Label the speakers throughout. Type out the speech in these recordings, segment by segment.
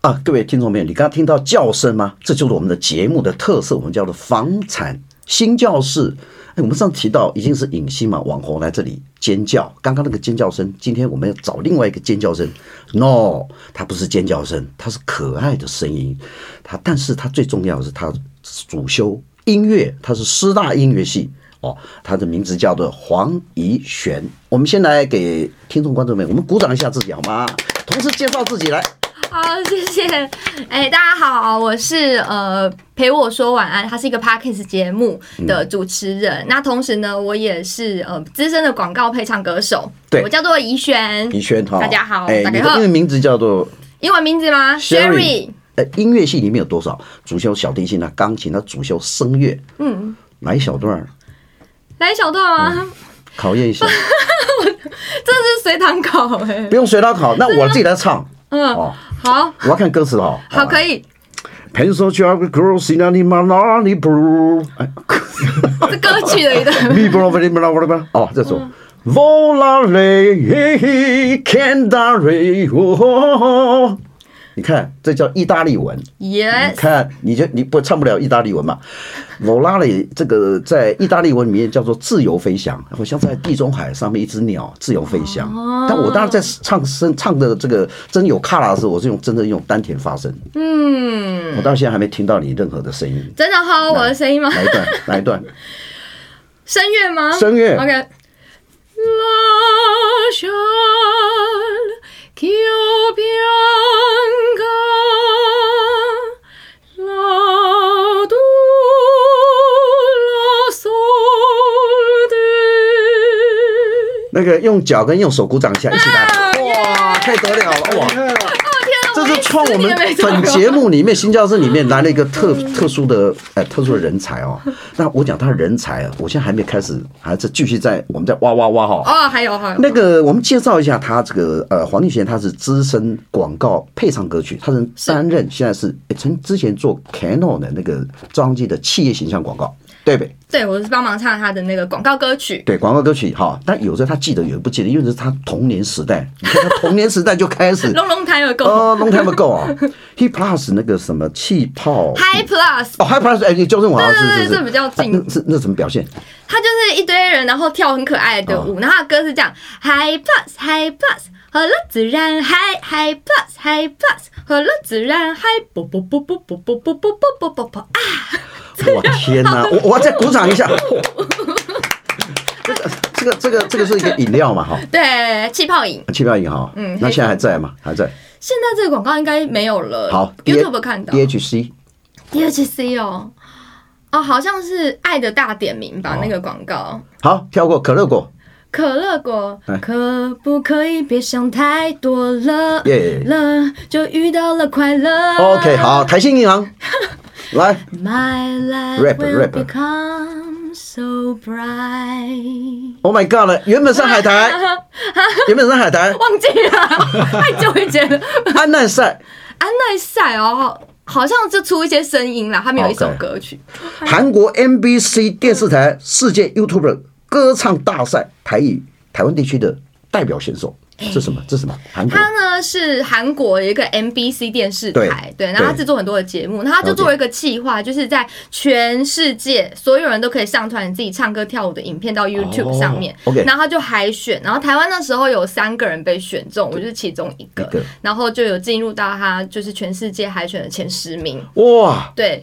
Speaker 1: 啊，各位听众朋友，你刚刚听到叫声吗？这就是我们的节目的特色，我们叫做房产新教室。哎，我们上次提到已经是影星嘛，网红来这里尖叫，刚刚那个尖叫声，今天我们要找另外一个尖叫声。No，它不是尖叫声，它是可爱的声音。它，但是它最重要的是它主修音乐，它是师大音乐系。哦，他的名字叫做黄怡璇。我们先来给听众观众们，我们鼓掌一下自己好吗？同时介绍自己来。
Speaker 2: 好，谢谢。哎、大家好，我是呃陪我说晚安，它是一个 podcast 节目的
Speaker 1: 嗯
Speaker 2: 主持人。那同时呢，我也是呃资深的广告配唱歌手，
Speaker 1: 对
Speaker 2: 我叫做怡璇，
Speaker 1: 怡轩哈，
Speaker 2: 大家好
Speaker 1: 哎，
Speaker 2: 大
Speaker 1: 你
Speaker 2: 家
Speaker 1: 的
Speaker 2: 好
Speaker 1: 英文名字叫做
Speaker 2: 英文名字吗
Speaker 1: Sherry。呃，音乐系里面有多少？主修小提琴啊，钢琴啊，主修声乐，
Speaker 2: 嗯，
Speaker 1: 来一小段儿
Speaker 2: 来一小段啊，
Speaker 1: 嗯 考验一
Speaker 2: 嗯
Speaker 1: 下，
Speaker 2: 这是随堂考哎、
Speaker 1: 不用随他 考，那我自己来唱
Speaker 2: 嗯
Speaker 1: 哦，。
Speaker 2: 好，
Speaker 1: 我要看歌词哦。
Speaker 2: 好，可
Speaker 1: 以。
Speaker 2: 以，
Speaker 1: Pencil sharp girls in a n i m a l a n i b l u
Speaker 2: 这歌曲的一段。
Speaker 1: 哎 Mi bro bro bro bro bro，哦，这
Speaker 2: 嗯
Speaker 1: 首。Volare candare，哦，你看，这叫意大利文。你
Speaker 2: Yes，
Speaker 1: 看，你就你不唱不了意大利文嘛？Volare 这个在意大利文里面叫做自由飞翔，好像在地中海上面一只鸟自由飞翔。
Speaker 2: 哦
Speaker 1: 但我当时在唱声唱的这个真有卡拉的时候，我是用真的用丹田发声。
Speaker 2: 嗯，
Speaker 1: 我到现在还没听到你任何的声音。
Speaker 2: 真的好，我的声音吗？
Speaker 1: 来一段，来一段，
Speaker 2: 声乐吗？
Speaker 1: 声乐
Speaker 2: OK。Lasciar ch'io pianga la solde
Speaker 1: 那个用脚跟用手鼓掌一下，一起来。哇，太得了了，哇！这是创我们本节目里面新教室里面来了一个特特殊的呃特殊的人才哦。那我讲他的人才啊，我现在还没开始，还是继续在我们在哇哇哇哈、
Speaker 2: 哦，还有还有，
Speaker 1: 那个我们介绍一下他这个呃黄立贤，他是资深广告配唱歌曲，他是担任现在是诶曾之前做 Canon 的那个照相机的企业形象广告，对呗？
Speaker 2: 对我是帮忙唱他的那个广告歌曲，
Speaker 1: 对广告歌曲哈，但有时候他记得，有的不记得，因为这是他童年时代，你看他童年时代就开 始
Speaker 2: long long time ago。
Speaker 1: 哦，long time ago 啊，He Plus 那个什么气泡
Speaker 2: High Plus，
Speaker 1: 哦，High Plus，哎，你纠正我啊，
Speaker 2: 对
Speaker 1: 是
Speaker 2: 对
Speaker 1: 是
Speaker 2: 对
Speaker 1: 是，
Speaker 2: 这比较近
Speaker 1: 啊那是那怎么表现？
Speaker 2: 他就是一堆人，然后跳很可爱的舞，然后他的歌是这样：High Plus High Plus，喝了自然 High High Plus High Plus，喝了自然 High，啵啵啵啵�bo b 啵啵啵啵啵啊！
Speaker 1: 我天哪，我我再鼓掌一 下。这个这个这个这个是一个饮料嘛哈，
Speaker 2: 对，气泡饮。
Speaker 1: 气泡饮哈，
Speaker 2: 嗯
Speaker 1: 那现在还在吗？还在。
Speaker 2: 现在这个广告应该没有了。
Speaker 1: 好 E，D-
Speaker 2: ，YouTube 看到
Speaker 1: DHC
Speaker 2: DHC 哦，哦，好像是《爱的大点名》吧
Speaker 1: 哦，
Speaker 2: 那个广告。
Speaker 1: 好，跳过可乐 果，
Speaker 2: 可乐果
Speaker 1: 哎，
Speaker 2: 可不可以别想太多了？
Speaker 1: 耶
Speaker 2: 了就遇到了快乐。
Speaker 1: ，OK，好，台新银 行，来
Speaker 2: My life
Speaker 1: Rap,
Speaker 2: will
Speaker 1: rap.
Speaker 2: become so bright。
Speaker 1: ，Oh my God 了，原本上海 苔，原本上海苔，
Speaker 2: 忘记了， 太久以前了。
Speaker 1: 安奈赛，
Speaker 2: 安奈赛哦，好像就出一些声音啦，他们有一首
Speaker 1: OK
Speaker 2: 歌曲。
Speaker 1: 韩国 MBC 电视台世界 YouTuber 歌唱大赛台语台湾地区的代表选手，这什么？这什么？韩国
Speaker 2: 他呢是韩国一个 MBC 电视台，
Speaker 1: 对
Speaker 2: 对，然后他
Speaker 1: 对
Speaker 2: 制作很多的节目，然后他就做了一个企划，就是在全世界所有人都可以上传你自己唱歌跳舞的影片到 YouTube 上面，
Speaker 1: 哦 OK
Speaker 2: 然后他就海选，然后台湾那时候有三个人被选中，我就是其中一个，
Speaker 1: 一个
Speaker 2: 然后就有进入到他就是全世界海选的前十名，
Speaker 1: 哇，
Speaker 2: 对。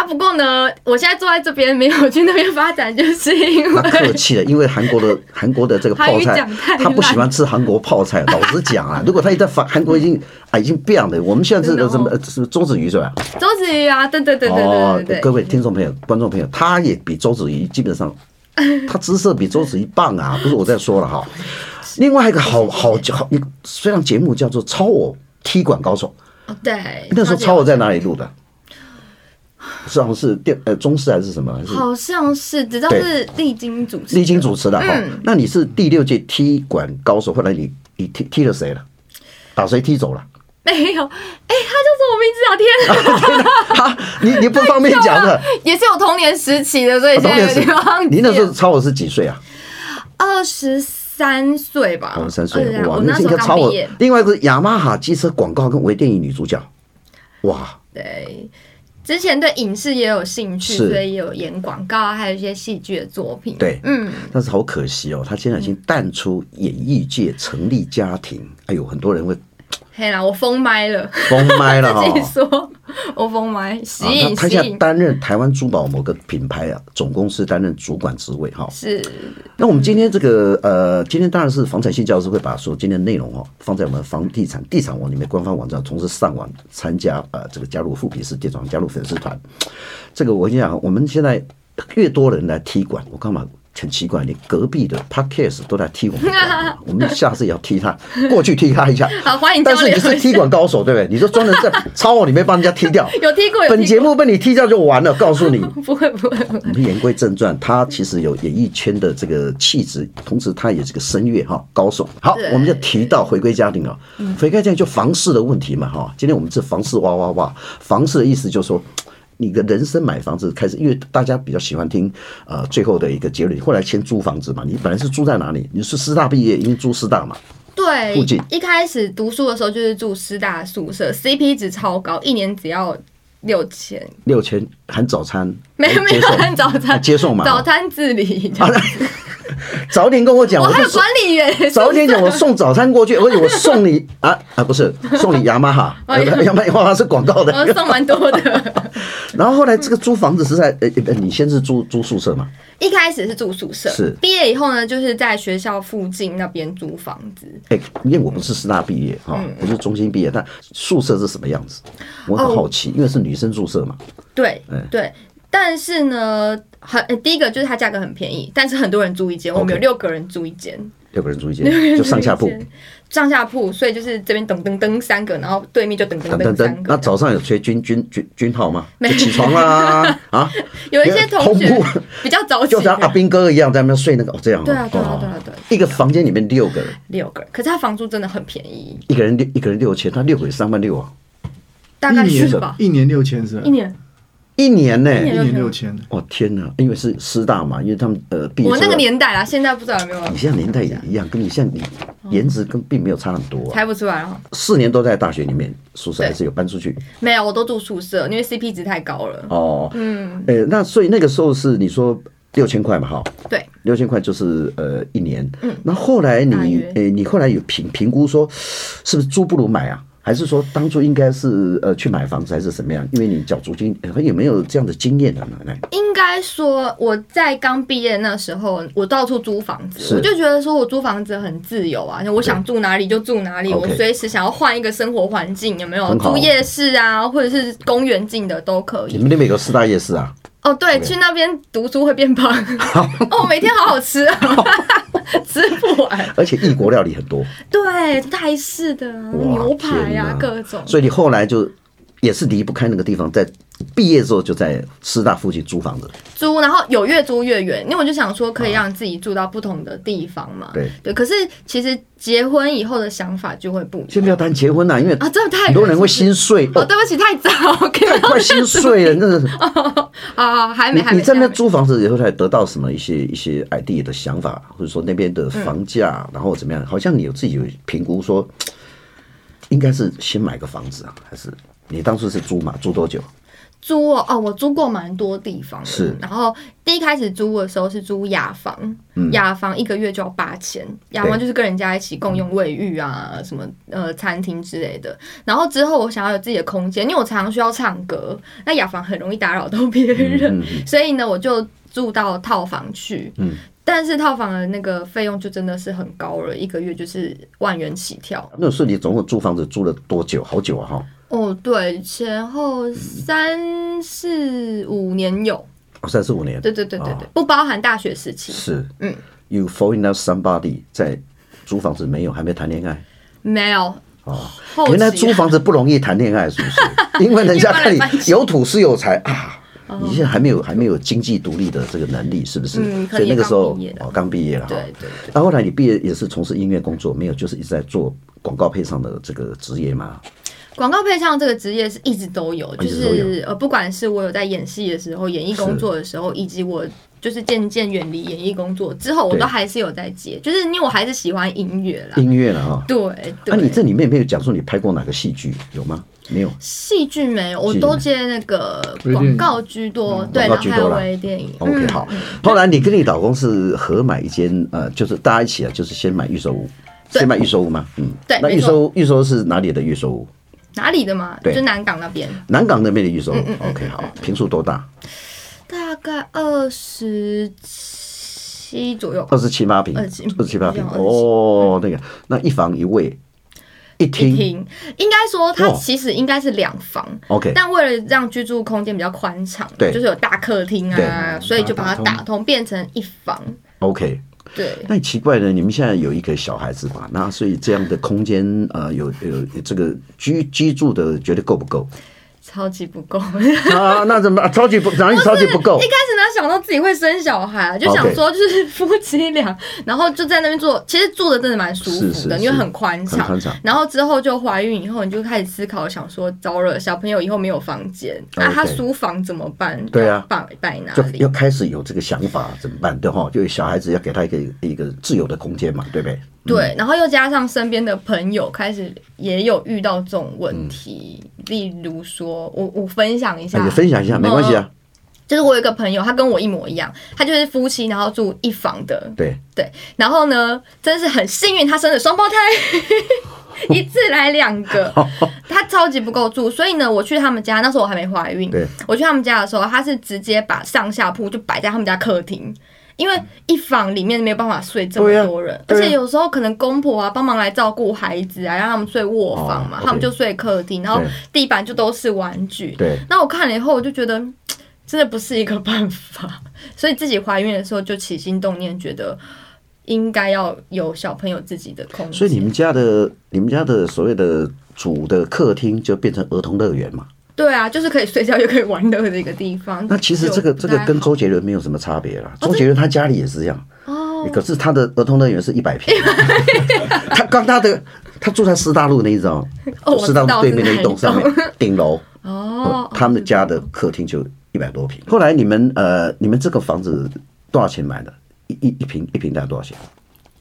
Speaker 2: 啊，不过呢，我现在坐在这边没有去那边发展，就是因
Speaker 1: 那客
Speaker 2: 为
Speaker 1: 气了，因为韩国的 韩国的这个泡
Speaker 2: 韩语
Speaker 1: 菜
Speaker 2: 讲太，烂
Speaker 1: 他不喜欢吃韩国泡菜。老实讲啊，如果他一在韩韩国已经啊已经变了，我们现在这个什
Speaker 2: 真
Speaker 1: 么
Speaker 2: 的哦
Speaker 1: 呃是周子瑜是吧？
Speaker 2: 周子瑜啊，对对对对对对
Speaker 1: 各位
Speaker 2: 对，
Speaker 1: 听众朋友、观众朋友，他也比周子瑜基本上，他姿色比周子瑜棒啊，不是我在说了哈。另外一个好好好，一个虽然节目叫做《超我踢馆高手》，
Speaker 2: 哦对，
Speaker 1: 那时候
Speaker 2: 超级
Speaker 1: 超我在哪里录的？是好像是电呃中视还是什么？还是
Speaker 2: 好像是，只知道
Speaker 1: 对
Speaker 2: 是丽晶主持。
Speaker 1: 丽晶主持的哈。那你是第六届踢馆高手，后来你你踢踢了谁了？把谁踢走了？
Speaker 2: 没有，哎、他叫什么名字啊？ 天啊，
Speaker 1: 哈，你你不方便讲的。
Speaker 2: 也是有童年时期的，所以
Speaker 1: 啊
Speaker 2: 现
Speaker 1: 童
Speaker 2: 在
Speaker 1: 年
Speaker 2: 有
Speaker 1: 是
Speaker 2: 点忘，
Speaker 1: 你
Speaker 2: 记
Speaker 1: 那时候
Speaker 2: 了。
Speaker 1: 超我是几岁啊？
Speaker 2: 二十三岁吧，
Speaker 1: 哦二十三岁
Speaker 2: 对，啊
Speaker 1: 哇
Speaker 2: 我，那
Speaker 1: 那是
Speaker 2: 时
Speaker 1: 应
Speaker 2: 候
Speaker 1: 该超
Speaker 2: 刚
Speaker 1: 我
Speaker 2: 毕业。。
Speaker 1: 另外一个是雅马哈机车广告跟微电影女主角，哇，
Speaker 2: 对，之前对影视也有兴趣，
Speaker 1: 是
Speaker 2: 所以也有演广告啊，还有一些戏剧的作品。
Speaker 1: 对
Speaker 2: 嗯，
Speaker 1: 但是好可惜哦，他现在已经淡出演艺界，成立家庭。哎呦，很多人会
Speaker 2: 嘿啦，我封麦了，
Speaker 1: 封麦 了哈、
Speaker 2: 自己说，我封麦，吸
Speaker 1: 啊，
Speaker 2: 引
Speaker 1: 哦他他
Speaker 2: 吸
Speaker 1: 现在
Speaker 2: 引，
Speaker 1: 担任台湾珠宝某个品牌啊总公司担任主管职位哈、
Speaker 2: 是
Speaker 1: 那我们今天这个呃，今天当然是房产信教师会把所有今天的内容哦放在我们房地产地产网里面官方网站，同时上网参加呃这个加入富比士地产加入粉丝团。这个我跟你讲，我们现在越多人来踢馆，我干嘛？很奇怪，你隔壁的 podcast 都在踢我们的馆，我们下次也要 踢他，过去踢他一下。
Speaker 2: 好欢迎交
Speaker 1: 但是
Speaker 2: 流
Speaker 1: 你是
Speaker 2: 一下
Speaker 1: 踢。馆高手，对不对？你就专门在超我里面帮人家踢 掉。
Speaker 2: 有踢过，有
Speaker 1: 本
Speaker 2: 踢
Speaker 1: 节
Speaker 2: 过，
Speaker 1: 目被你踢掉就完了，告诉你。
Speaker 2: 不会不会不会，
Speaker 1: 我们言归正传，他其实有演艺圈的这个气质，同时他也是个声乐哈高手。好
Speaker 2: 对，嗯
Speaker 1: 我们就提到回归家庭了。回归家庭就房市的问题嘛哈。今天我们是房市哇哇哇，房市的意思就是说。你的人生买房子开始，因为大家比较喜欢听，呃，最后的一个结论。后来先租房子嘛，你本来是住在哪里？你是师大毕业，一定租师大嘛。附近
Speaker 2: 对，一开始读书的时候就是住师大宿舍，CP 值超高，一年只要六千，
Speaker 1: 六千含早餐，
Speaker 2: 没有
Speaker 1: 哎接
Speaker 2: 没有
Speaker 1: 送啊
Speaker 2: 按早餐
Speaker 1: 接送嘛。哦
Speaker 2: 早餐自理，
Speaker 1: 啊，那早点跟我讲，
Speaker 2: 我
Speaker 1: 我
Speaker 2: 还
Speaker 1: 就
Speaker 2: 有管理员，
Speaker 1: 早点讲，我送早餐过去， 而且我送你啊啊，不是送你雅马哈，
Speaker 2: 哦 雅
Speaker 1: 雅马哈是广告
Speaker 2: 我
Speaker 1: 的。
Speaker 2: 送蛮多的。然
Speaker 1: 然后后来这个租房子是在呃，呃你先是租租宿舍嘛？
Speaker 2: 一开始是住宿舍，
Speaker 1: 是
Speaker 2: 毕业以后呢，就是在学校附近那边租房子。
Speaker 1: 哎，因为我不是师大毕业哈、
Speaker 2: 嗯
Speaker 1: 不是中心毕业，但宿舍是什么样子？我很好
Speaker 2: 哦
Speaker 1: 奇，因为是女生宿舍嘛。
Speaker 2: 对、
Speaker 1: 嗯
Speaker 2: 对，但是呢，很呃第一个就是它价格很便宜，但是很多人住一间，我们有
Speaker 1: OK
Speaker 2: 六个人住一间。
Speaker 1: 六个人住一间，就上下铺，
Speaker 2: 上下铺，所以就是这边噔噔噔三个，然后对面就噔噔
Speaker 1: 等等
Speaker 2: 噔三
Speaker 1: 等。
Speaker 2: 个。
Speaker 1: 那早上有吹军军军军号 吗？就起床啦啊，
Speaker 2: 有一些同学
Speaker 1: 通铺
Speaker 2: 比较早起
Speaker 1: 就，像啊阿兵哥一样在那边睡那个哦，这样哦
Speaker 2: 啊对啊对啊
Speaker 1: 哦
Speaker 2: 对啊对啊
Speaker 1: 一个房间里面六个人，
Speaker 2: 六个人，可是他房租真的很便宜，
Speaker 1: 一个人六一个人六千，他六个人三万六啊，
Speaker 2: 大概
Speaker 3: 一年
Speaker 2: 是吧？
Speaker 3: 一年六千是吧
Speaker 2: 一年，
Speaker 1: 一年呢、
Speaker 3: 一
Speaker 2: 年
Speaker 3: 年六千，
Speaker 1: 哦天哪，因为是师大嘛，因为他们呃毕业之
Speaker 2: 我
Speaker 1: 后，
Speaker 2: 那个年代啦，现在不知道有没有
Speaker 1: 你，现在年代也一样，跟你现在你颜值跟并没有差很多、啊，
Speaker 2: 猜不出来哦。
Speaker 1: 四年都在大学里面，宿舍
Speaker 2: 对
Speaker 1: 还是有搬出去
Speaker 2: 没有，我都住宿舍，因为 CP 值太高了。
Speaker 1: 哦，
Speaker 2: 嗯，
Speaker 1: 呃，那所以那个时候是你说六千块嘛哈，
Speaker 2: 对，
Speaker 1: 六千块就是呃一年，嗯，那后来
Speaker 2: 大
Speaker 1: 你
Speaker 2: 约
Speaker 1: 呃你后来有评评估说是不是租不如买啊？还是说当初应该是呃去买房子还是怎么样？因为你缴租金，呃有没有这样的经验的啊呢？来，
Speaker 2: 应该说我在刚毕业那时候，我到处租房子，
Speaker 1: 是
Speaker 2: 我就觉得说我租房子很自由啊，我想住哪里就住哪里，我
Speaker 1: OK
Speaker 2: 随时想要换一个生活环境，有没有
Speaker 1: 很好
Speaker 2: 住夜市啊，或者是公园近的都可
Speaker 1: 你
Speaker 2: 以。
Speaker 1: 们那边有个四大夜市啊？
Speaker 2: 哦，对，去那边读书会 变胖，哦，每天好好吃啊， 吃不完。
Speaker 1: 而且异国料理很多，
Speaker 2: 对，泰式的啊
Speaker 1: 哇
Speaker 2: 牛排
Speaker 1: 天
Speaker 2: 呀、
Speaker 1: 哪
Speaker 2: 各种。
Speaker 1: 所以你后来就也是离不开那个地方，在毕业之后就在师大附近租房子。
Speaker 2: 租，然后有越租越远，因为我就想说可以让自己住到不同的地方嘛。
Speaker 1: 啊对
Speaker 2: 可是其实结婚以后的想法就会不一
Speaker 1: 先
Speaker 2: 样
Speaker 1: 不要谈结婚啦，因为
Speaker 2: 啊，这太
Speaker 1: 很多人会
Speaker 2: 心
Speaker 1: 心碎，
Speaker 2: 哦，
Speaker 1: 哦，
Speaker 2: 对不起，太早，给
Speaker 1: 太快心碎了，真的是。
Speaker 2: 啊，还没
Speaker 1: 你
Speaker 2: 还没
Speaker 1: 你在那
Speaker 2: 还
Speaker 1: 边
Speaker 2: 没
Speaker 1: 租房子以后，才得到什么一些一些 idea 的想法，或者说那边的房价，然后怎么样？好像你有自己有评估说，应该是先买个房子啊，还是你当初是租嘛？租多久？
Speaker 2: 租哦，哦，我租过蛮多地方的。
Speaker 1: 是
Speaker 2: 然后第一开始租的时候是租雅房，
Speaker 1: 嗯
Speaker 2: 雅房一个月就要八千，雅房就是跟人家一起共用卫浴啊，什么呃餐厅之类的。然后之后我想要有自己的空间，因为我常常需要唱歌，那雅房很容易打扰到别人，所以呢我就住到套房去。
Speaker 1: 嗯
Speaker 2: 但是套房的那个费用就真的是很高了，一个月就是万元起跳。
Speaker 1: 那是你总共租房子租了多久？好久啊哈！
Speaker 2: 哦，对，前后三四五年有。
Speaker 1: 哦三四五年。
Speaker 2: 对对对对对
Speaker 1: 哦，
Speaker 2: 不包含大学时期，
Speaker 1: 是，
Speaker 2: 嗯
Speaker 1: ，You fall in love somebody，在租房子没有，还没谈恋爱。
Speaker 2: 没有。
Speaker 1: 哦，
Speaker 2: 后期
Speaker 1: 原来租房子不容易谈恋爱，是不 是？因为人家看
Speaker 2: 一
Speaker 1: 你
Speaker 2: 般人蛮
Speaker 1: 有土是有财啊，你现在还没有还没有经济独立的这个能力，是不是？
Speaker 2: 哦嗯
Speaker 1: 所
Speaker 2: 可能
Speaker 1: 以那个
Speaker 2: 也
Speaker 1: 时候
Speaker 2: 刚毕业的
Speaker 1: 哦，刚毕业了哈。
Speaker 2: 对对对，
Speaker 1: 那后来你毕业也是从事音乐工作，没有就是一直在做广告配上的这个职业嘛？
Speaker 2: 广告配唱这个职业是一直都有，就
Speaker 1: 一直都有
Speaker 2: 是呃，不管是我有在演戏的时候、演艺工作的时候，以及我就是渐渐远离演艺工作之后，我
Speaker 1: 对
Speaker 2: 都还是有在接，就是因为我还是喜欢音乐啦。
Speaker 1: 音乐了哈。
Speaker 2: 对，
Speaker 1: 那、
Speaker 2: 对，
Speaker 1: 啊你这里面没有讲说你拍过哪个戏剧，有吗？没有。
Speaker 2: 戏剧没有，我
Speaker 1: 剧
Speaker 2: 都接那个
Speaker 3: 微电
Speaker 2: 广
Speaker 3: 影
Speaker 2: 告居多，对，
Speaker 1: 嗯广告
Speaker 2: 然后
Speaker 1: 居
Speaker 2: 还
Speaker 1: 多
Speaker 2: 有
Speaker 1: 啦
Speaker 2: 微电影。
Speaker 1: OK，
Speaker 2: 嗯
Speaker 1: 好。后来你跟你老公是合买一间，呃，就是大家一起啊，就是先买预售屋，
Speaker 2: 对
Speaker 1: 先买预售屋嘛，嗯，
Speaker 2: 对
Speaker 1: 那
Speaker 2: 没
Speaker 1: 预
Speaker 2: 错
Speaker 1: 售屋预售屋是哪里的预售屋？
Speaker 2: 哪里的嘛？
Speaker 1: 对
Speaker 2: 就南港那边，
Speaker 1: 南港那边的预
Speaker 2: 嗯
Speaker 1: 售屋。OK，好，平数多大？
Speaker 2: 大概二十七左右吧。
Speaker 1: 二十七八平，
Speaker 2: 二十七
Speaker 1: 二十七八平。
Speaker 2: 27
Speaker 1: 哦，那个，那一房一卫，一
Speaker 2: 一
Speaker 1: 厅。
Speaker 2: 厅应该说它
Speaker 1: 哇
Speaker 2: 其实应该是两房，
Speaker 1: OK，
Speaker 2: 但为了让居住空间比较宽敞，
Speaker 1: 对
Speaker 2: 就是有大客厅啊，
Speaker 1: 对
Speaker 2: 所以就把它
Speaker 3: 把它打
Speaker 2: 打通变成一房。
Speaker 1: OK，
Speaker 2: 对，
Speaker 1: 那奇怪呢？你们现在有一个小孩子嘛？那所以这样的空间，呃，有有这个居居住的，觉得够不 够？
Speaker 2: 超级不够。
Speaker 1: 啊，那怎么啊超级不，哪里超级不够
Speaker 2: 一？开始哪想到自己会生小孩、啊，就
Speaker 1: OK
Speaker 2: 想说就是夫妻俩，然后就在那边做，其实住的真的蛮舒服的，
Speaker 1: 是是
Speaker 2: 因为
Speaker 1: 是
Speaker 2: 很宽
Speaker 1: 很
Speaker 2: 敞
Speaker 1: 宽。敞
Speaker 2: 然后之后就怀孕以后，你就开始思考，想说糟了，小朋友以后没有房间，那、
Speaker 1: OK
Speaker 2: 他书房怎么办？
Speaker 1: 对啊
Speaker 2: 摆摆哪
Speaker 1: 就
Speaker 2: 里
Speaker 1: 要？开始有这个想法，怎么办？对哈，就小孩子要给他一个一个自由的空间嘛，对不对？
Speaker 2: 对，然后又加上身边的朋友开始也有遇到这种问题，例如说，我我分享一
Speaker 1: 那
Speaker 2: 下
Speaker 1: 你，啊分享一下，没关系啊。
Speaker 2: 就是我有一个朋友，他跟我一模一样，他就是夫妻，然后住一房的，
Speaker 1: 对，
Speaker 2: 对，然后呢，真是很幸运，他生了 双胞胎，一次来两个，他超级不够住，所以呢，我去他们家，那时候我还没怀孕
Speaker 1: 对，
Speaker 2: 我去他们家的时候，他是直接把上下铺就摆在他们家客厅。因为一房里面没有办法睡这
Speaker 1: 对
Speaker 2: 么
Speaker 1: 啊
Speaker 2: 多人，
Speaker 1: 对啊
Speaker 2: 而且有时候可能公婆啊帮忙来照顾孩子啊，让他们睡卧房嘛，
Speaker 1: 哦，OK
Speaker 2: 他们就睡客厅，然后
Speaker 1: 对
Speaker 2: 地板就都是玩具。
Speaker 1: 对
Speaker 2: 那我看了以后，我就觉得真的不是一个办法，所以自己怀孕的时候就起心动念，觉得应该要有小朋友自己的空间。
Speaker 1: 所以你们家的你们家的所谓的主的客厅就变成儿童乐园嘛？
Speaker 2: 对啊，就是可以睡觉又可以玩乐的一个地方。
Speaker 1: 那其实这个这个跟周杰伦没有什么差别啦。周杰伦他家里也是这样，
Speaker 2: 哦
Speaker 1: 可是他的儿童乐园是一百平， 他刚他的他住在师大路那一栋
Speaker 2: 哦，我
Speaker 1: 师
Speaker 2: 知
Speaker 1: 大路
Speaker 2: 道
Speaker 1: 对面那一栋
Speaker 2: 是哪
Speaker 1: 上
Speaker 2: 一
Speaker 1: 面顶楼。呃
Speaker 2: 哦，
Speaker 1: 他们家的客厅就一百多平。后来你们呃，你们这个房子多少钱买的？一一一平一平大概多少钱？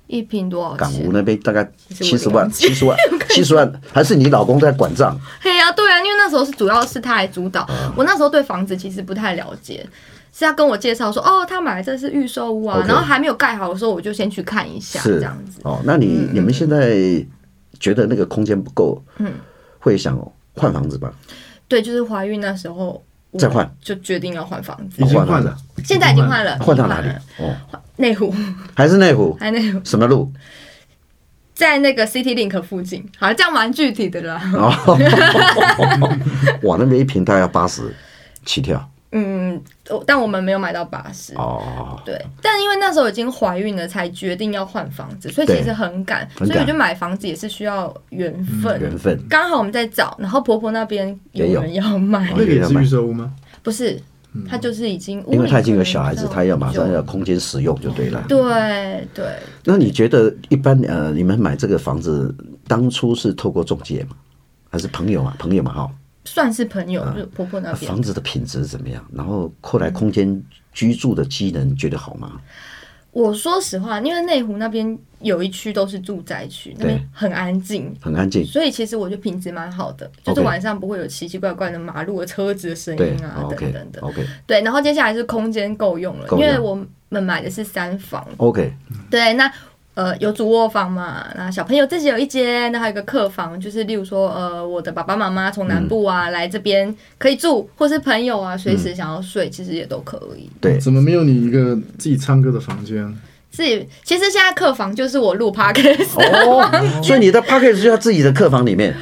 Speaker 2: 一瓶多少
Speaker 1: 港
Speaker 2: 钱
Speaker 1: 湖？那边大概七
Speaker 2: 其实
Speaker 1: 十
Speaker 2: 我也
Speaker 1: 万，
Speaker 2: 忘记
Speaker 1: 七十万，七十万，还是你老公在管账？
Speaker 2: 嘿呀、对啊，因为那时候是主要是他来主导，
Speaker 1: 嗯
Speaker 2: 我那时候对房子其实不太了解，是他跟我介绍说，哦，他买的这是预售屋啊
Speaker 1: OK
Speaker 2: 然后还没有盖好的时候，我就先去看一下这
Speaker 1: 是
Speaker 2: 样子。嗯
Speaker 1: 哦，那你你们现在觉得那个空间不够，嗯，会想换房子吧？
Speaker 2: 对，就是怀孕那时候我
Speaker 1: 再换嗯
Speaker 2: 就决定要换房子
Speaker 3: 已，经换了，
Speaker 2: 现在已经换了，
Speaker 1: 换到哪里
Speaker 2: 已经换了？
Speaker 1: 哦，
Speaker 2: 内湖，
Speaker 1: 还是内湖？
Speaker 2: 还内湖，
Speaker 1: 什么 路？
Speaker 2: 在那个 City Link 附近。好，这样蛮具体的啦。
Speaker 1: 哦， 哇，那边一平大概要八十起跳
Speaker 2: 嗯，我但我们没有买到八十。
Speaker 1: 哦。
Speaker 2: 对，但因为那时候已经怀孕了，才决定要换房子，所以
Speaker 1: 对
Speaker 2: 其实很赶。
Speaker 1: 很赶嗯
Speaker 2: 所以我觉得买房子也是需要缘分。
Speaker 1: 缘分
Speaker 2: 刚好我们在找，然后婆婆那边
Speaker 1: 也有
Speaker 2: 有人要买，
Speaker 1: 哦
Speaker 3: 那个也是预售屋吗？
Speaker 2: 不是，她就是已经，
Speaker 1: 因为他已经有小孩子，
Speaker 2: 屋里可
Speaker 1: 他
Speaker 2: 能
Speaker 1: 要马上
Speaker 2: 有
Speaker 1: 要空间使用就对了。
Speaker 2: 对对，
Speaker 1: 那你觉得一般呃，你们买这个房子当初是透过中介吗？还是朋友嘛？朋友嘛哈、
Speaker 2: 算是朋友，就是婆婆那
Speaker 1: 啊
Speaker 2: 边。
Speaker 1: 房子的品质怎么样？然后后来空间居住的机能觉得好吗？
Speaker 2: 我说实话，因为内湖那边有一区都是住宅区，那边很安静，
Speaker 1: 很安静，
Speaker 2: 所以其实我觉得品质蛮好的，就是晚上不会有奇奇怪怪的马路的车子的声
Speaker 1: 对
Speaker 2: 音啊，等
Speaker 1: ，OK
Speaker 2: 等的。
Speaker 1: OK
Speaker 2: 对，然后接下来是空间够用了，
Speaker 1: 够
Speaker 2: 因
Speaker 1: 用
Speaker 2: 为我们买的是三房，
Speaker 1: OK，
Speaker 2: 对，那。呃，有主卧房嘛？那小朋友自己有一间，那还有一个客房，就是例如说，呃，我的爸爸妈妈从南部
Speaker 1: 嗯
Speaker 2: 啊、来这边可以住，或是朋友啊随时想要睡，其实也都可以。
Speaker 1: 对，
Speaker 3: 怎么没有你一个自己唱歌的房间？
Speaker 2: 自己其实现在客房就是我录 podcast，、
Speaker 1: 哦，所以你的 p a c k a g e 就在自己的客房里面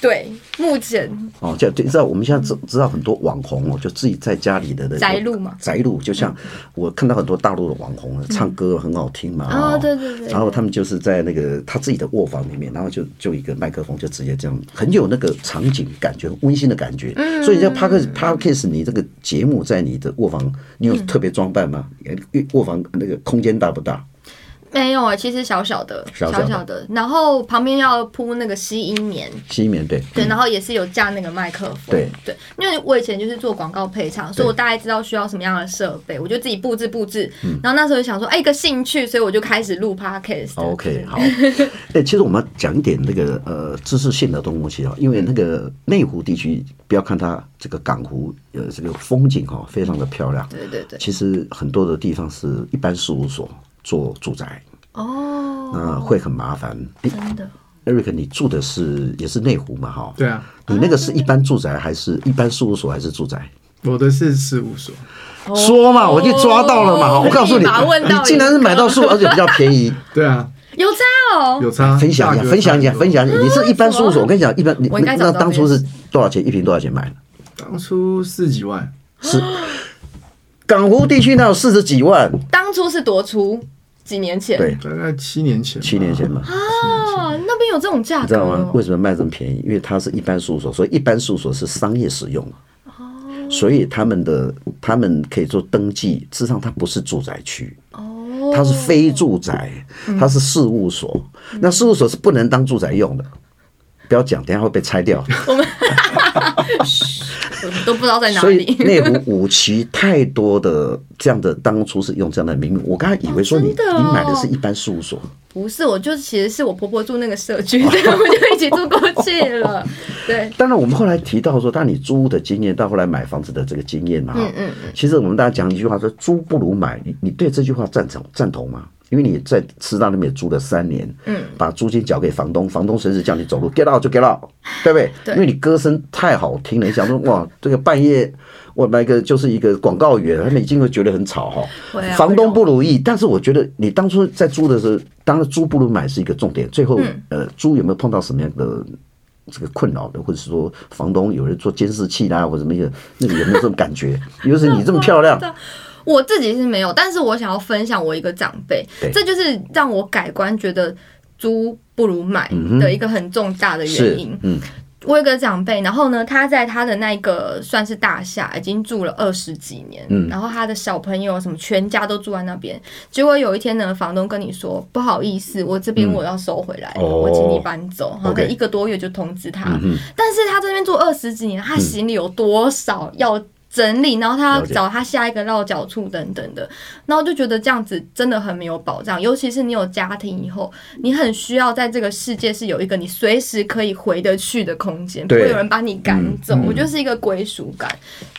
Speaker 2: 对，目前
Speaker 1: 哦，就就知道我们现在知知道很多网红哦，就自己在家里的那个
Speaker 2: 宅录嘛
Speaker 1: 啊宅录就像我看到很多大陆的网红啊唱歌很好听嘛，
Speaker 2: 嗯哦对对对
Speaker 1: 然后他们就是在那个他自己的卧房里面，然后就就一个麦克风就直接这样，很有那个场景感觉，温馨的感觉。
Speaker 2: 嗯
Speaker 1: 所以你在 p a r k e s p a r k e s 你这个节目在你的卧房，你有特别装扮吗？你卧房那个空间大不大？
Speaker 2: 没有啊，其实小小的，
Speaker 1: 小
Speaker 2: 小
Speaker 1: 小的
Speaker 2: 的，然后旁边要铺那个吸音棉，
Speaker 1: 吸棉对，
Speaker 2: 对，然后也是有架那个麦克风，
Speaker 1: 对
Speaker 2: 因为我以前就是做广告配唱，所以我大概知道需要什么样的设备，我就自己布置布置。
Speaker 1: 嗯
Speaker 2: 然后那时候就想说，哎、一个兴趣，所以我就开始录 podcast。
Speaker 1: OK，好。哎、其实我们要讲一点那个呃知识性的东西啊，因为那个内湖地区，不要看它这个港湖呃这个风景哈、非常的漂亮。
Speaker 2: 对对对，
Speaker 1: 其实很多的地方是一般事务所做住宅，
Speaker 2: 哦，
Speaker 1: 那会很麻烦。你
Speaker 2: 真的，
Speaker 1: Eric，你住的是也是内湖嘛？哈，
Speaker 3: 对啊，
Speaker 1: 你那个是一般住宅还是一般事务所还是住宅？
Speaker 3: 我的是事务所，
Speaker 1: 说嘛，我就抓到了嘛！
Speaker 2: 哦
Speaker 1: 我告诉你，
Speaker 2: 立马问
Speaker 1: 你
Speaker 2: 到
Speaker 1: 竟然是买到树，而且比较便宜。
Speaker 3: 对啊，
Speaker 2: 有差哦，
Speaker 3: 有差，
Speaker 1: 分享一
Speaker 3: 价
Speaker 1: 下，
Speaker 3: 格
Speaker 1: 分享一下，
Speaker 3: 差很多
Speaker 1: 分。享一下。你是一般事务所，我跟你讲，一般你
Speaker 2: 我应该
Speaker 1: 那
Speaker 2: 找到
Speaker 1: 当初
Speaker 2: 别
Speaker 1: 是
Speaker 2: 人
Speaker 1: 多少钱？一瓶多少钱买的？
Speaker 3: 当初四几万，
Speaker 1: 是港湖地区那有四十几万，
Speaker 2: 当初是多出几年前，
Speaker 1: 对，
Speaker 3: 大概七年前吧，
Speaker 1: 七年前嘛，
Speaker 2: 啊，那边有这种价
Speaker 1: 你
Speaker 2: 格，
Speaker 1: 知道吗？为什么卖这么便宜？因为它是一般事务所，所以一般事务所是商业使用。啊所以他们的他们可以做登记，事实上它不是住宅区，
Speaker 2: 哦，
Speaker 1: 它是非住宅，它是事务所。
Speaker 2: 嗯
Speaker 1: 那事务所是不能当住宅用的，不要讲，等一下会被拆掉。
Speaker 2: 我都不知道 在哪
Speaker 1: 所以
Speaker 2: 里。
Speaker 1: 内湖五期太多的这样的，当初是用这样的名目。我刚才以为说你、
Speaker 2: 哦真的哦
Speaker 1: 你买的是一般事务所，
Speaker 2: 不是，我就其实是我婆婆住那个社区， 对，我们就一起住过去 了。对，
Speaker 1: 当然我们后来提到说，当你租屋的经验到后来买房子的这个经验嘛，
Speaker 2: 嗯嗯
Speaker 1: 其实我们大家讲一句话说租不如买，你你对这句话赞成赞同吗？因为你在师大那边也租了三年，
Speaker 2: 嗯，
Speaker 1: 把租金缴给房东，房东随时叫你走路，get out 就 get out，对不对？
Speaker 2: 对
Speaker 1: 因为你歌声太好听了，你想说 哇，这个半夜我买个就是一个广告员，他们一定会觉得很吵哈、
Speaker 2: 会啊
Speaker 1: 房东不如意，但是我觉得你当初在租的时候，当然租不如买是一个重点。最后，
Speaker 2: 嗯
Speaker 1: 呃，租有没有碰到什么样的这个困扰的，或者是说房东有人做监视器啦，或者什么样的，那个有没有这种感 觉？尤其是你这么漂亮，
Speaker 2: 我自己是没有，但是我想要分享我一个长辈
Speaker 1: 对，
Speaker 2: 这就是让我改观，觉得租不如买的一个很重大的
Speaker 1: 嗯是
Speaker 2: 原因。
Speaker 1: 嗯，
Speaker 2: 我有个长辈，然后呢，他在他的那个算是大厦，已经住了二十几年，
Speaker 1: 嗯
Speaker 2: 然后他的小朋友什么全家都住在那边。结果有一天呢，房东跟你说，不好意思，我这边我要收回来了，
Speaker 1: 嗯哦
Speaker 2: 我请你搬走，好，
Speaker 1: OK 嗯
Speaker 2: 可能一个多月就通知他。但是他这边住二十几年，他行李有多少要整理，然后他要
Speaker 1: 嗯了解
Speaker 2: 找他下一个落脚处等等的，然后就觉得这样子真的很没有保障，尤其是你有家庭以后，你很需要在这个世界是有一个你随时可以回得去的空间，不
Speaker 1: 对
Speaker 2: 会有人把你赶走。
Speaker 3: 嗯嗯
Speaker 2: 我就是一个归属感，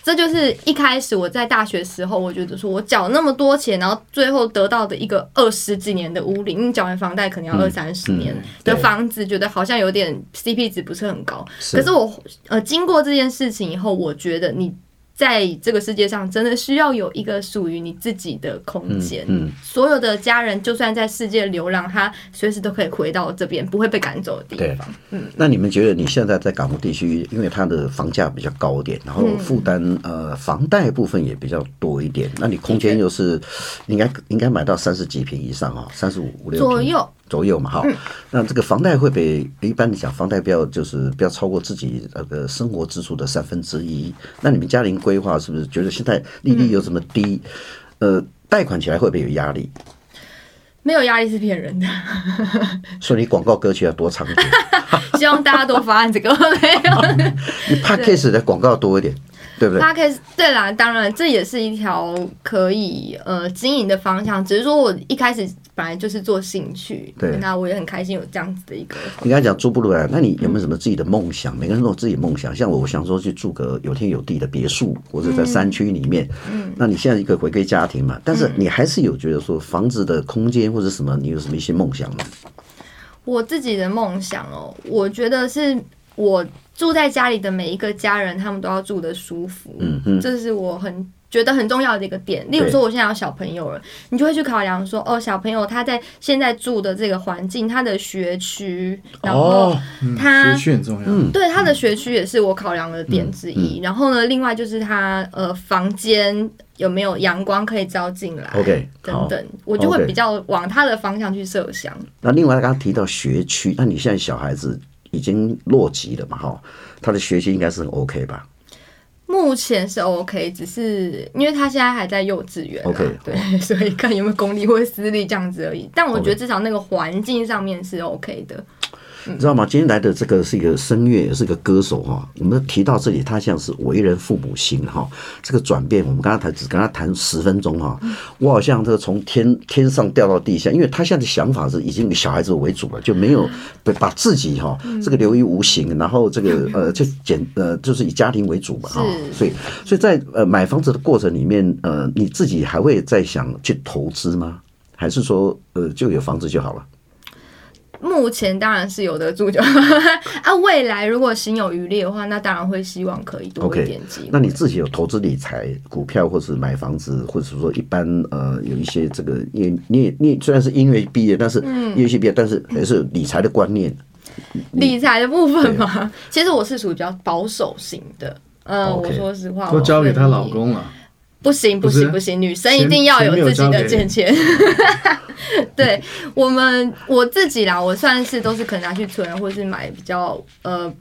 Speaker 2: 这就是一开始我在大学时候，我觉得说我缴那么多钱，然后最后得到的一个二十几年的屋龄，你缴完房贷可能要二三十年的
Speaker 1: 嗯对
Speaker 2: 房子，觉得好像有点 CP 值不是很高。
Speaker 1: 是
Speaker 2: 可是我呃经过这件事情以后，我觉得你在这个世界上真的需要有一个属于你自己的空间。
Speaker 1: 嗯嗯
Speaker 2: 所有的家人就算在世界流浪，他随时都可以回到这边，不会被赶走的地
Speaker 1: 对
Speaker 2: 方。。
Speaker 1: 那你们觉得你现在在港湖地区，因为它的房价比较高一点，然后负担、呃房贷部分也比较多一点，那你空间又是应该应该买到三十几平以上啊，三十五五六平
Speaker 2: 左右
Speaker 1: 左右嘛哈。那这个房贷会比一般你讲房贷不要就是不要超过自己那个生活支出的三分之一。那你们家庭规划是不是觉得现在利率有什么低？呃，贷款起来会不会有压力？
Speaker 2: 没有压力是骗人的，
Speaker 1: 所以你广告歌曲要多唱一点，
Speaker 2: 希望大家多发案这个没 有。
Speaker 1: 你 p a c k a g e 的广告多一点，对不对？
Speaker 2: 大家可以对啦，当然这也是一条可以呃经营的方向，只是说我一开始本来就是做兴趣，
Speaker 1: 对
Speaker 2: 那我也很开心有这样子的一个
Speaker 1: 你刚才讲租不如来，那你有没有什么自己的梦想？每个人都有自己的梦想，像我，我想说去住个有天有地的别墅，或者在山区里面。嗯，那你现在一个回归家庭嘛，但是你还是有觉得说房子的空间或者什么，你有什么一些梦想吗？
Speaker 2: 我自己的梦想哦，我觉得是我住在家里的每一个家人，他们都要住得舒服，
Speaker 1: 嗯嗯
Speaker 2: 这是我很。觉得很重要的一个点，例如说我现在有小朋友了，你就会去考量说，哦，小朋友他在现在住的这个环境，他的学区，然后
Speaker 1: 哦
Speaker 2: 他、
Speaker 3: 嗯
Speaker 2: 嗯
Speaker 3: 学区很重要，
Speaker 2: 对他的学区也是我考量的点之一。
Speaker 1: 嗯
Speaker 2: 然后呢，另外就是他呃房间有没有阳光可以照进来
Speaker 1: OK，好
Speaker 2: 等等，我就会
Speaker 1: OK
Speaker 2: 比较往他的方向去设想。
Speaker 1: 那另外刚刚提到学区，那你现在小孩子已经落籍了嘛？哈，他的学区应该是很 OK 吧？
Speaker 2: 目前是 OK，只是因为他现在还在幼稚园、啊
Speaker 1: OK，
Speaker 2: 对， 所以看有没有公立或私立这样子而已。但我觉
Speaker 1: OK
Speaker 2: 得至少那个环境上面是 OK 的。
Speaker 1: 你知道吗？今天来的这个是一个声乐，也是个歌手哈。我们提到这里，他像是为人父母心哈，这个转变，我们刚刚才只跟他谈十分钟哈。我好像这个从天天上掉到地下，因为他现在的想法是已经以小孩子为主了，就没有把把自己哈这个流于无形，然后这个呃就简呃就是以家庭为主嘛哈。
Speaker 2: 是
Speaker 1: 所以所以在呃买房子的过程里面，呃你自己还会再想去投资吗？还是说呃就有房子就好了？
Speaker 2: 目前当然是有得住就 啊，未来如果心有余力的话，那当然会希望可以多
Speaker 1: OK，
Speaker 2: 一点机会。
Speaker 1: 那你自己有投资理财、股票，或是买房子，或者是说一般呃有一些这个你你也你虽然是音乐毕业，但是
Speaker 2: 嗯
Speaker 1: 音乐系毕业，但是也是有理财的观念。
Speaker 2: 理财的部分嘛，其实我是属于比较保守型的。嗯、
Speaker 1: OK
Speaker 2: 我说实话，
Speaker 3: 都
Speaker 2: 我
Speaker 3: 交给她
Speaker 2: 会
Speaker 3: 老公了。
Speaker 2: 不行不
Speaker 3: 不是
Speaker 2: 行不行，女生一
Speaker 3: 钱
Speaker 2: 定要
Speaker 3: 钱没有
Speaker 2: 自己
Speaker 3: 交
Speaker 2: 的
Speaker 3: 给
Speaker 2: 见钱。 对我们我自己啦，我算是都是可能拿去存，或是买比较呃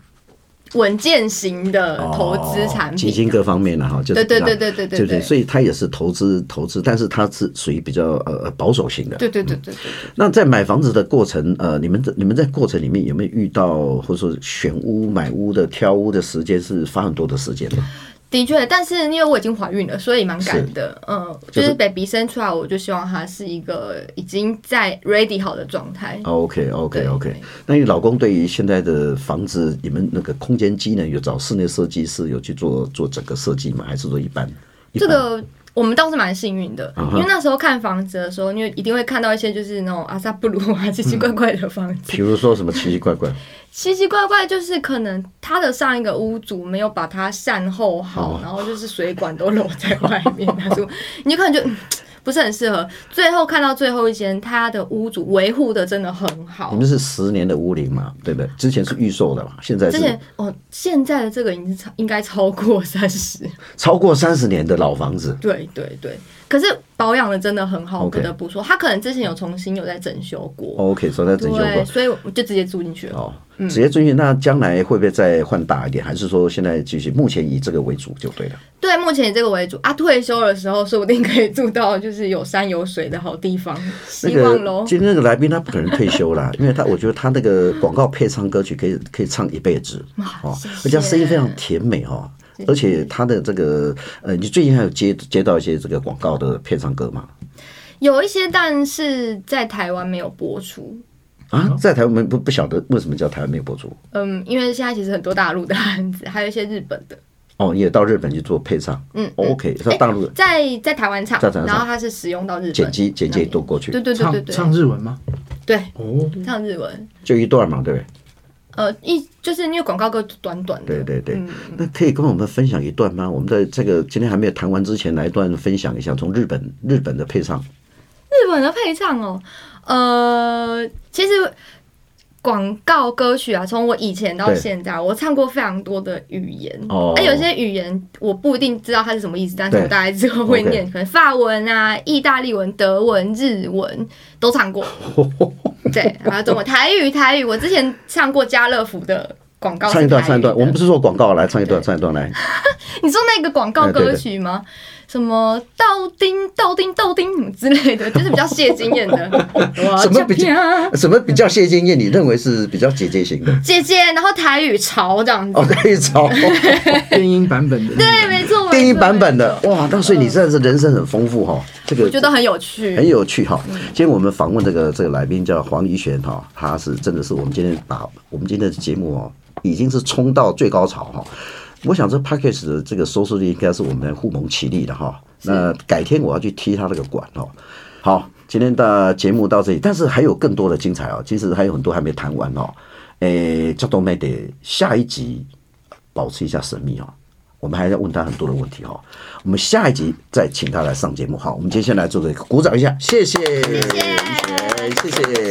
Speaker 2: 稳健型的投资产
Speaker 1: 哦基
Speaker 2: 品。
Speaker 1: 金各方面的哈，就是比
Speaker 2: 对对
Speaker 1: 较
Speaker 2: 对对对对
Speaker 1: 对对，
Speaker 2: 对
Speaker 1: 所以他也是投资投资，但是他是属于比较呃呃保守型的。
Speaker 2: 对对对对对对，
Speaker 1: 那在买房子的过程，呃，你们在你们在过程里面有没有遇到，或者说选屋、买屋的、挑屋的时间是花很多的时间吗？
Speaker 2: 的确，但是因为我已经怀孕了，所以蛮
Speaker 1: 是
Speaker 2: 赶的。嗯，
Speaker 1: 就
Speaker 2: 就是是 baby 生出来，我就希望他是一个已经在 ready 好的状态。
Speaker 1: 啊 OK OK
Speaker 2: 对
Speaker 1: OK，
Speaker 2: 对
Speaker 1: 那你老公对于现在的房子，你们那个空间机能有找室内设计师有去做做整个设计吗？还是说一般？一
Speaker 2: 这
Speaker 1: 般
Speaker 2: 个我们倒是蛮幸运的，
Speaker 1: 嗯哼
Speaker 2: 因为那时候看房子的时候，因为一定会看到一些就是那种阿萨布鲁啊奇奇
Speaker 1: 嗯
Speaker 2: 怪怪的房子，
Speaker 1: 比如说什么奇奇怪怪，
Speaker 2: 奇奇怪怪就是可能他的上一个屋主没有把它善后好，
Speaker 1: 哦
Speaker 2: 然后就是水管都漏在外面，他说你可能就。嗯不是很适合。最后看到最后一间，他的屋主维护的真的很好
Speaker 1: 你。们是十年的屋龄嘛，对不对？之前是预售的嘛，现在
Speaker 2: 之
Speaker 1: 是
Speaker 2: 前哦，现在的这个已经超应该超过三十，
Speaker 1: 超过三十年的老房子。
Speaker 2: 对对对。可是保养的真的很好，
Speaker 1: OK
Speaker 2: 不得不说，他可能之前有重新有在整修过。
Speaker 1: OK，所以在整修
Speaker 2: 对，嗯
Speaker 1: 过
Speaker 2: 所以我就直接住进去了。
Speaker 1: 哦，直接遵循。那将来会不会再换大一点？还是说现在继续目前以这个为主就对了？
Speaker 2: 对，目前以这个为主啊。退休的时候，说不定可以住到就是有山有水的好地方，
Speaker 1: 那
Speaker 2: 希望
Speaker 1: 个
Speaker 2: 喽。
Speaker 1: 今天那个来宾他不可能退休 啦，因为他我觉得他那个广告配唱歌曲可以可以唱一辈子哦，
Speaker 2: 谢谢
Speaker 1: 而且他声音非常甜美哦。而且他的这个呃，你最近还有接接到一些这个广告的配唱歌嘛？
Speaker 2: 有一些，但是在台湾没有播出。
Speaker 1: 啊，在台湾我们不不晓得为什么叫台湾没有播出
Speaker 2: 嗯，因为现在其实很多大陆的案子，还有一些日本的，
Speaker 1: 哦，你也到日本去做配唱，
Speaker 2: 嗯
Speaker 1: 哦，OK，在大陆
Speaker 2: 在在台湾唱
Speaker 1: 在台湾，唱
Speaker 2: 然后它是使用到日本
Speaker 1: 剪辑剪辑
Speaker 2: 那边
Speaker 1: 都过去嗯
Speaker 2: 对对对
Speaker 3: 唱
Speaker 2: 对
Speaker 3: 唱
Speaker 2: 对
Speaker 3: 日文吗？
Speaker 2: 对，
Speaker 3: 哦，
Speaker 2: 唱日文。
Speaker 1: 就一段嘛，对不对？
Speaker 2: 呃，一就是因为广告歌短短的，嗯
Speaker 1: 对对对，那可以跟我们分享一段吗？我们在这个今天还没有谈完之前，来一段分享一下从日本日本的配唱。
Speaker 2: 日本的配唱哦，呃，其实广告歌曲啊，从我以前到
Speaker 1: 对
Speaker 2: 现在，我唱过非常多的语言，哎
Speaker 1: 哦
Speaker 2: 而有些语言我不一定知道它是什么意思，但是
Speaker 1: 对
Speaker 2: 我大概之后会
Speaker 1: OK
Speaker 2: 念，可能法文啊、意大利文、德文、日文都 唱过，对，然后中文、台语、台语，我之前唱过家乐福的。广告是
Speaker 1: 唱一段，
Speaker 2: 台语
Speaker 1: 唱一段。
Speaker 2: 的
Speaker 1: 我们不是做广告，来唱一段，
Speaker 2: 对
Speaker 1: 唱一段来。
Speaker 2: 你说那个广
Speaker 1: 哎
Speaker 2: 告歌曲吗？什么豆丁豆丁豆丁什么之类的， 就是比较谢金燕的。 哇
Speaker 1: 什么比较哦
Speaker 2: 这样
Speaker 1: 什么比较谢金燕？你认为是比较姐姐型的？
Speaker 2: 姐姐，然后台语潮这样子。
Speaker 1: 哦，可以 找
Speaker 3: 电音版本的。
Speaker 2: 对，没错，
Speaker 1: 电影
Speaker 2: 没错
Speaker 1: 版本的
Speaker 2: 没错
Speaker 1: 哇！那所以你真的是人生很丰富哈，这个
Speaker 2: 我觉得很有趣。
Speaker 1: 很有趣哈。今天我们访问这个这个来宾叫黄怡璇哈，他是真的是我们今天把我们今天的节目哦，已经是冲到最高潮哈。我想这 p a c k a g e 的这个收视率应该是我们来互蒙其利的哈。那改天我要去踢他那个馆哦。好，今天的节目到这里，但是还有更多的精彩哦，其实还有很多还没谈完哦。诶，叫东妹的下一集保持一下神秘哦。我们还要问他很多的问题哦。我们下一集再请他来上节目。好，我们接下来做个鼓掌一下，谢谢，谢
Speaker 2: 谢
Speaker 1: 谢谢谢。